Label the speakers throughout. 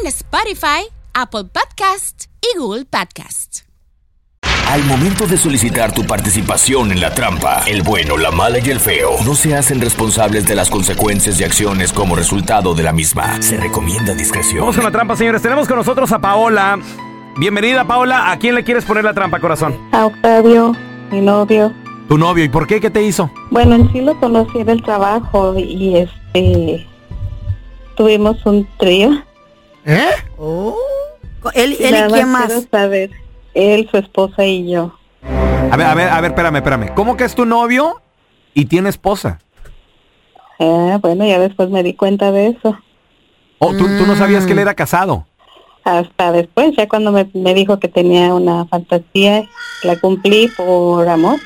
Speaker 1: en Spotify, Apple Podcast y Google Podcast.
Speaker 2: Al momento de solicitar tu participación en la trampa, el bueno, la mala y el feo no se hacen responsables de las consecuencias y acciones como resultado de la misma. Se recomienda discreción.
Speaker 3: Vamos con la trampa, señores. Tenemos con nosotros a Paola. Bienvenida, Paola. ¿A quién le quieres poner la trampa, corazón?
Speaker 4: a Octavio, mi novio.
Speaker 3: Tu novio. ¿Y por qué? ¿Qué te hizo?
Speaker 4: Bueno, en sí lo conocí en el trabajo y este tuvimos un trío.
Speaker 5: ¿Eh?
Speaker 6: Oh. Él, él
Speaker 4: Nada
Speaker 6: y quién más.
Speaker 4: Quiero saber, él, su esposa y yo.
Speaker 3: A ver, a ver, a ver, espérame, espérame. ¿Cómo que es tu novio y tiene esposa?
Speaker 4: Ah, bueno, ya después me di cuenta de eso.
Speaker 3: Oh, ¿tú, tú no sabías que él era casado.
Speaker 4: Hasta después, ya cuando me, me dijo que tenía una fantasía, la cumplí por amor.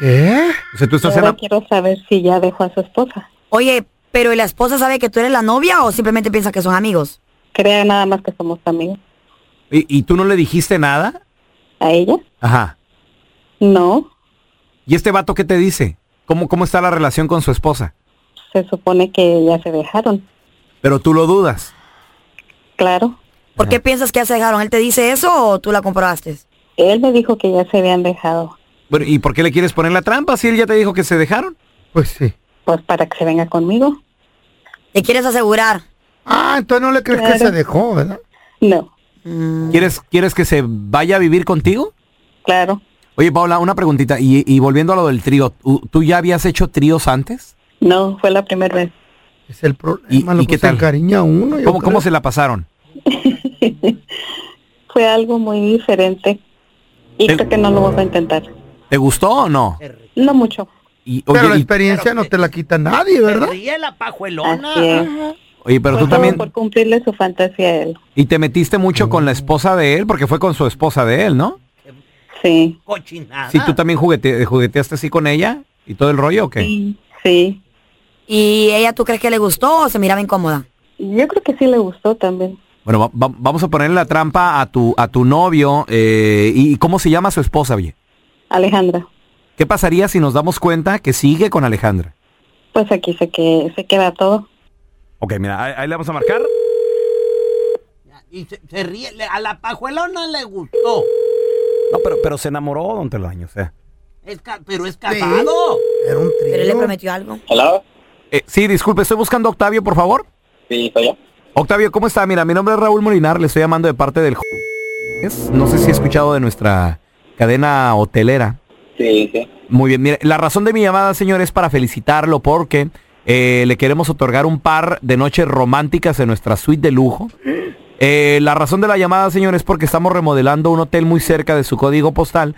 Speaker 5: ¿Qué?
Speaker 3: O sea, tú estás en
Speaker 4: Ahora
Speaker 3: la-
Speaker 4: quiero saber si ya dejó a su esposa.
Speaker 6: Oye, pero ¿y la esposa sabe que tú eres la novia o simplemente piensa que son amigos?
Speaker 4: Crea nada más que somos amigos.
Speaker 3: ¿Y, y tú no le dijiste nada?
Speaker 4: ¿A ella?
Speaker 3: Ajá.
Speaker 4: No.
Speaker 3: ¿Y este vato qué te dice? ¿Cómo, cómo está la relación con su esposa?
Speaker 4: Se supone que ya se dejaron.
Speaker 3: Pero tú lo dudas.
Speaker 4: Claro.
Speaker 6: ¿Por qué piensas que ya se dejaron? ¿Él te dice eso o tú la comprobaste?
Speaker 4: Él me dijo que ya se habían dejado.
Speaker 3: Bueno, ¿y por qué le quieres poner la trampa si él ya te dijo que se dejaron?
Speaker 5: Pues sí.
Speaker 4: Pues para que se venga conmigo.
Speaker 6: ¿Te quieres asegurar?
Speaker 5: Ah, entonces no le crees que
Speaker 4: Claro.
Speaker 5: se dejó, ¿verdad?
Speaker 4: No,
Speaker 3: ¿Quieres, ¿Quieres que se vaya a vivir contigo?
Speaker 4: claro.
Speaker 3: Oye, Paula, una preguntita. Y, y volviendo a lo del trío, ¿tú, tú ya habías hecho tríos antes?
Speaker 4: No, fue la primera vez.
Speaker 5: Es el problema,
Speaker 3: ¿Y-
Speaker 5: lo
Speaker 3: y qué
Speaker 5: que se
Speaker 3: tal?
Speaker 5: encariña uno. yo
Speaker 3: ¿Cómo,
Speaker 5: creo.
Speaker 3: cómo se la pasaron?
Speaker 4: Fue algo muy diferente. Y
Speaker 3: Te-
Speaker 4: creo que no lo vuelvo a intentar.
Speaker 3: ¿Te gustó o no?
Speaker 4: No mucho.
Speaker 3: Y,
Speaker 5: Pero la
Speaker 3: oye, y-
Speaker 5: experiencia no te la quita nadie, ¿verdad?
Speaker 4: Así es.
Speaker 3: oye, pero
Speaker 4: Fue
Speaker 3: tú
Speaker 4: todo
Speaker 3: también...
Speaker 4: Por cumplirle su fantasía a él.
Speaker 3: Y te metiste mucho con la esposa de él, porque fue con su esposa de él, ¿no?
Speaker 4: Sí.
Speaker 3: Sí, tú también juguete- jugueteaste así con ella y todo el rollo, ¿o qué?
Speaker 4: Sí. Sí.
Speaker 6: ¿Y ella tú crees que le gustó o se miraba incómoda?
Speaker 4: Yo creo que sí le gustó también.
Speaker 3: Bueno, va- va- vamos a ponerle la trampa a tu a tu novio. eh, ¿Y cómo se llama su esposa, oye?
Speaker 4: Alejandra.
Speaker 3: ¿Qué pasaría si nos damos cuenta que sigue con Alejandra?
Speaker 4: Pues aquí se, que, se queda todo.
Speaker 3: Ok, mira, ahí, ahí le vamos a marcar.
Speaker 7: Y se, se ríe. le- A la pajuelona le gustó.
Speaker 3: No, pero, pero se enamoró, don Telaraño, o sea.
Speaker 7: Es ca- pero es casado.
Speaker 5: Era un
Speaker 6: ¿Pero él le
Speaker 5: trío.
Speaker 6: prometió algo?
Speaker 8: Hola,
Speaker 3: Eh, sí, disculpe, estoy buscando a Octavio, por favor.
Speaker 8: sí, soy yo.
Speaker 3: Octavio, ¿cómo está? Mira, mi nombre es Raúl Molinar, le estoy llamando de parte del... Es- No sé si he escuchado de nuestra cadena hotelera.
Speaker 8: Sí, sí.
Speaker 3: Muy bien, mire, la razón de mi llamada, señor, es para felicitarlo porque eh, le queremos otorgar un par de noches románticas en nuestra suite de lujo. Eh, la razón de la llamada, señor, es porque estamos remodelando un hotel muy cerca de su código postal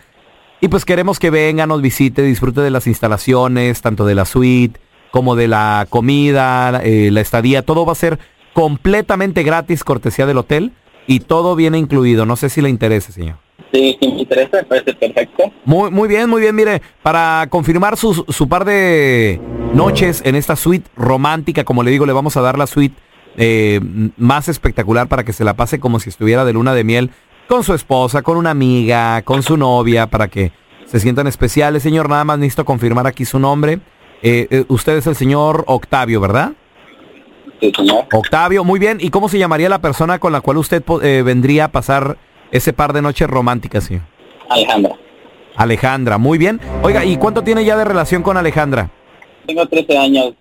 Speaker 3: y pues queremos que venga, nos visite, disfrute de las instalaciones, tanto de la suite como de la comida, eh, la estadía, todo va a ser completamente gratis, cortesía del hotel y todo viene incluido. No sé si le interesa, señor.
Speaker 8: Sí, sí me interesa, me parece perfecto.
Speaker 3: Muy, muy bien, muy bien. Mire, para confirmar sus- su, par de noches en esta suite romántica, como le digo, le vamos a dar la suite eh, m- más espectacular para que se la pase como si estuviera de luna de miel con su esposa, con una amiga, con su novia, para que se sientan especiales. Señor, nada más necesito confirmar aquí su nombre. Eh, eh, usted es el señor Octavio, ¿verdad?
Speaker 8: Sí, señor.
Speaker 3: Octavio, muy bien. ¿Y cómo se llamaría la persona con la cual usted po- eh, vendría a pasar ese par de noches románticas, señor?
Speaker 8: Alejandra.
Speaker 3: Alejandra, muy bien. Oiga, ¿y cuánto tiene ya de relación con Alejandra?
Speaker 8: Tengo 13 años.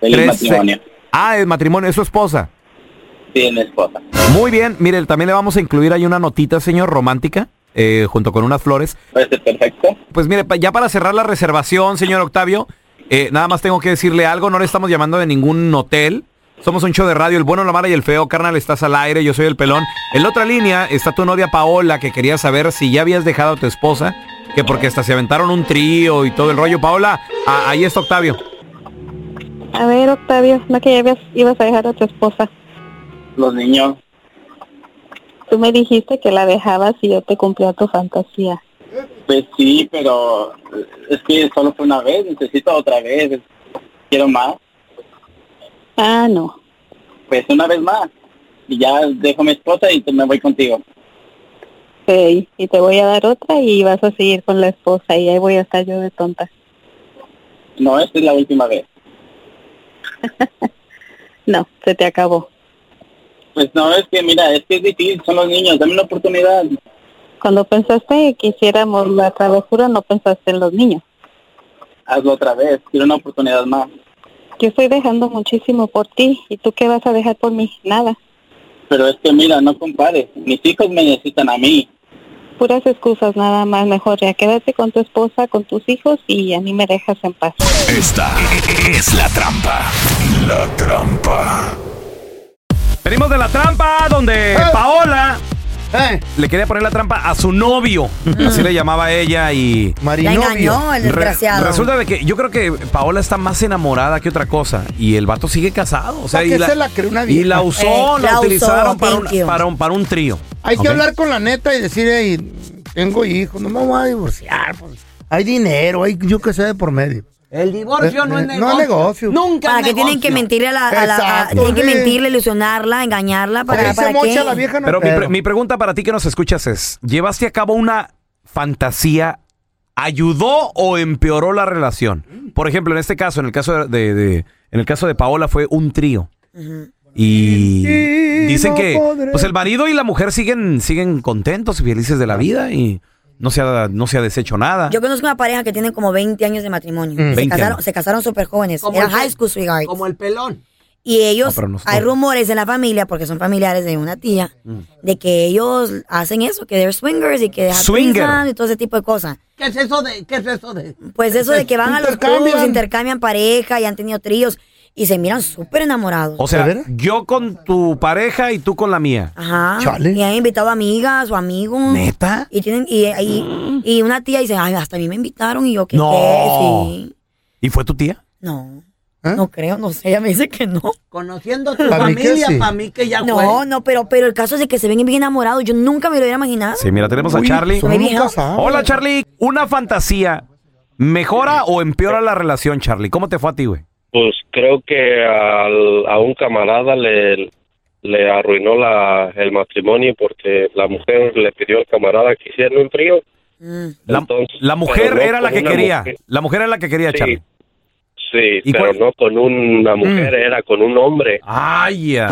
Speaker 8: Feliz
Speaker 3: Trece.
Speaker 8: matrimonio.
Speaker 3: Ah, el matrimonio, es su esposa.
Speaker 8: Sí, mi esposa.
Speaker 3: Muy bien, mire, también le vamos a incluir ahí una notita, señor, romántica, eh, junto con unas flores.
Speaker 8: Parece perfecto.
Speaker 3: Pues mire, pa- ya para cerrar la reservación, señor Octavio, eh, nada más tengo que decirle algo, no le estamos llamando de ningún hotel. Somos un show de radio, el bueno, la mala y el feo. Carnal, estás al aire, yo soy el pelón. En la otra línea está tu novia Paola, que quería saber si ya habías dejado a tu esposa, que porque hasta se aventaron un trío y todo el rollo. Paola, a- ahí está Octavio.
Speaker 4: A ver, Octavio, no que ya habías- ibas a dejar a tu esposa.
Speaker 8: Los niños.
Speaker 4: Tú me dijiste que la dejabas y yo te cumplía tu fantasía.
Speaker 8: Pues sí, pero eh, es que solo fue una vez, necesito otra vez. Quiero más.
Speaker 4: Ah, no.
Speaker 8: Pues una vez más. Y ya dejo a mi esposa y te- me voy contigo.
Speaker 4: Sí, y te voy a dar otra y vas a seguir con la esposa y ahí voy a estar yo de tonta.
Speaker 8: No, esta es la última vez.
Speaker 4: No, se te acabó.
Speaker 8: Pues no, es que mira, es que es difícil, son los niños, dame una oportunidad.
Speaker 4: Cuando pensaste que hiciéramos la travesura, no pensaste en los niños.
Speaker 8: Hazlo otra vez, quiero una oportunidad más.
Speaker 4: Yo estoy dejando muchísimo por ti y tú qué vas a dejar por mí? Nada.
Speaker 8: Pero es que mira, no compares, mis hijos me necesitan a mí.
Speaker 4: Puras excusas nada más, mejor ya quédate con tu esposa, con tus hijos y a mí me dejas en paz.
Speaker 2: Esta es la trampa. La trampa.
Speaker 3: Venimos de la trampa, donde Paola
Speaker 5: Eh,
Speaker 3: le quería poner la trampa a su novio. Así le llamaba ella y...
Speaker 6: La
Speaker 5: Marinovio.
Speaker 6: engañó el
Speaker 3: Re-
Speaker 6: desgraciado.
Speaker 3: resulta de que yo creo que Paola está más enamorada que otra cosa y el vato sigue casado. O sea,
Speaker 5: ¿Para
Speaker 3: y
Speaker 5: qué
Speaker 3: la,
Speaker 5: se la cree una
Speaker 3: y
Speaker 5: vieja?
Speaker 3: la usó,
Speaker 6: Eh,
Speaker 3: la,
Speaker 6: la usó,
Speaker 3: utilizaron para,
Speaker 6: thank
Speaker 3: un,
Speaker 6: you.
Speaker 3: para, un, para un trío.
Speaker 5: Hay que
Speaker 3: ¿ok?
Speaker 5: hablar con la neta y decir, "Ey, tengo hijos, no me voy a divorciar. pues. Hay dinero, hay yo que sé de por medio.
Speaker 7: El divorcio no es
Speaker 5: Eh, eh,
Speaker 7: negocio.
Speaker 5: no es negocio.
Speaker 7: Nunca
Speaker 6: ¿Para
Speaker 7: es
Speaker 6: qué tienen que
Speaker 7: negocio.
Speaker 6: mentirle a la... a la- a-
Speaker 5: Exacto,
Speaker 6: tienen que
Speaker 5: sí.
Speaker 6: mentirle, ilusionarla, engañarla?
Speaker 5: Porque
Speaker 6: ¿Para,
Speaker 5: se
Speaker 6: para
Speaker 5: mocha
Speaker 6: qué?
Speaker 5: la vieja no
Speaker 3: Pero mi,
Speaker 5: pero.
Speaker 3: pre- mi pregunta para ti que nos escuchas es, ¿llevaste a cabo una fantasía? ¿Ayudó o empeoró la relación? Por ejemplo, en este caso, en el caso de, de- en el caso de Paola fue un trío. Y
Speaker 5: Y
Speaker 3: dicen
Speaker 5: no
Speaker 3: que
Speaker 5: podré.
Speaker 3: pues el marido y la mujer siguen siguen contentos y felices de la vida y no se ha, no se ha deshecho nada.
Speaker 6: Yo conozco una pareja que tiene como 20 años de matrimonio.
Speaker 5: Mm.
Speaker 6: Se
Speaker 3: 20
Speaker 6: casaron
Speaker 3: años.
Speaker 6: se casaron súper jóvenes.
Speaker 7: Como
Speaker 6: Eran
Speaker 7: el pe-
Speaker 6: high school sweethearts.
Speaker 7: Como el pelón.
Speaker 6: Y ellos,
Speaker 3: No, Ah, pero nosotros-
Speaker 6: hay rumores en la familia, porque son familiares de una tía,
Speaker 3: Mm.
Speaker 6: de que ellos hacen eso, que they're swingers y que dejan
Speaker 3: Swinger.
Speaker 6: threesome y todo ese tipo de cosas.
Speaker 7: ¿Qué es eso de...? ¿Qué es eso de...?
Speaker 6: Pues eso de que van a los
Speaker 5: Intercambian.
Speaker 6: clubs, intercambian pareja y han tenido tríos y se miran súper enamorados.
Speaker 3: O
Speaker 5: ¿De
Speaker 3: sea,
Speaker 5: veras?
Speaker 3: yo con tu pareja y tú con la mía.
Speaker 6: Ajá.
Speaker 5: Chale.
Speaker 6: Y han invitado amigas o amigos.
Speaker 3: ¿Neta? Mm.
Speaker 6: Y tienen y, y, y una tía dice, ay, hasta a mí me invitaron y yo que
Speaker 3: No.
Speaker 6: qué, sí.
Speaker 3: ¿Y fue tu tía?
Speaker 6: No.
Speaker 5: ¿Eh?
Speaker 6: No creo, no sé, ella me dice que no.
Speaker 7: Conociendo tu
Speaker 5: Pa' mí que
Speaker 7: familia,
Speaker 5: sí.
Speaker 7: para mí que
Speaker 3: Ah,
Speaker 7: ya fue.
Speaker 6: No, no, pero, pero el caso es de que se ven bien enamorados. Yo nunca me lo hubiera imaginado.
Speaker 3: Sí, mira, tenemos a
Speaker 5: Uy,
Speaker 3: Charlie.
Speaker 5: pues uno
Speaker 6: Me
Speaker 5: nunca
Speaker 6: dijo.
Speaker 5: sabe.
Speaker 3: Hola Charlie, una fantasía. ¿Mejora o empeora la relación, Charlie? ¿Cómo te fue a ti, güey?
Speaker 9: Pues creo que al- a un camarada le, le arruinó la, el matrimonio porque la mujer le pidió al camarada que hiciera un trío.
Speaker 6: Mm.
Speaker 3: La,
Speaker 9: Entonces,
Speaker 3: la mujer
Speaker 9: pero no
Speaker 3: era la
Speaker 9: con
Speaker 3: que
Speaker 9: una
Speaker 3: quería.
Speaker 9: mujer.
Speaker 3: La mujer era la que quería,
Speaker 9: Sí.
Speaker 3: Charlie.
Speaker 9: Sí,
Speaker 3: ¿Y
Speaker 9: pero
Speaker 3: cuál- Mm.
Speaker 9: no con una mujer, era con un hombre.
Speaker 3: Ay, ya.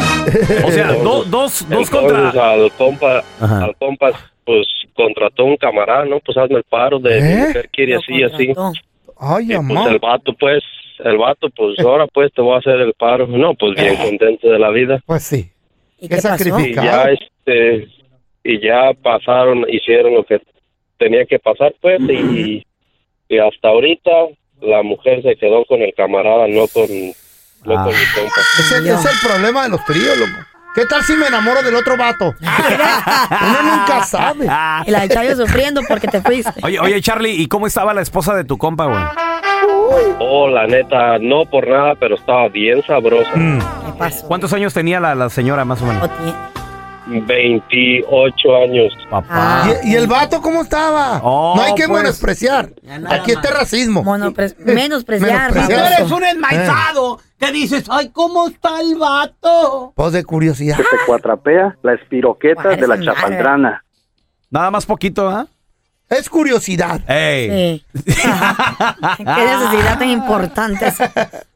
Speaker 3: O sea, do- dos, dos
Speaker 9: Entonces
Speaker 3: contra.
Speaker 9: al compa,
Speaker 3: Ajá.
Speaker 9: al compa, pues contrató un camarada, ¿no? Pues hazme el paro de mi
Speaker 5: ¿Eh?
Speaker 9: mujer quiere
Speaker 6: Lo
Speaker 9: así, así.
Speaker 6: contrató.
Speaker 5: Ay,
Speaker 9: Y, pues
Speaker 5: amor.
Speaker 9: el vato, pues, el vato, pues ahora pues te voy a hacer el paro. No, pues bien contento de la vida.
Speaker 5: Pues sí.
Speaker 6: ¿Y
Speaker 5: Qué
Speaker 6: qué pasó?
Speaker 5: sacrificio.
Speaker 9: y ya este y ya pasaron hicieron lo que tenía que pasar pues y, y hasta ahorita la mujer se quedó con el camarada no con no con mi compa
Speaker 5: Ese ese es el problema de los tríos, loco. ¿Qué tal si me enamoro del otro vato? Uno nunca sabe.
Speaker 3: Ah.
Speaker 6: Y la del Chayo sufriendo porque te fuiste.
Speaker 3: Oye, oye, Charlie, ¿y cómo estaba la esposa de tu compa, güey?
Speaker 9: oh la neta no por nada pero estaba bien sabrosa
Speaker 6: ¿Qué pasó?
Speaker 3: ¿Cuántos años tenía la, la señora, más o
Speaker 6: O
Speaker 3: menos?
Speaker 6: ti-
Speaker 9: 28 años
Speaker 3: Papá.
Speaker 6: Ah.
Speaker 5: ¿Y, y el vato cómo estaba?
Speaker 3: Oh,
Speaker 5: no hay que
Speaker 3: pues.
Speaker 5: menospreciar.
Speaker 7: Ya nada
Speaker 5: Aquí está
Speaker 7: más.
Speaker 5: racismo.
Speaker 6: Monopres- menospreciar,
Speaker 7: Tú
Speaker 5: Menospreciar.
Speaker 6: baboso.
Speaker 7: eres un enmaizado que dices, ay, ¿cómo está el vato?
Speaker 5: Pues de curiosidad.
Speaker 8: Se cuatrapea la espiroqueta
Speaker 6: de la chapandrana.
Speaker 3: Nada más poquito, ¿ah?
Speaker 5: Es curiosidad.
Speaker 3: Ey.
Speaker 6: Sí. Qué necesidad tan importante. esa.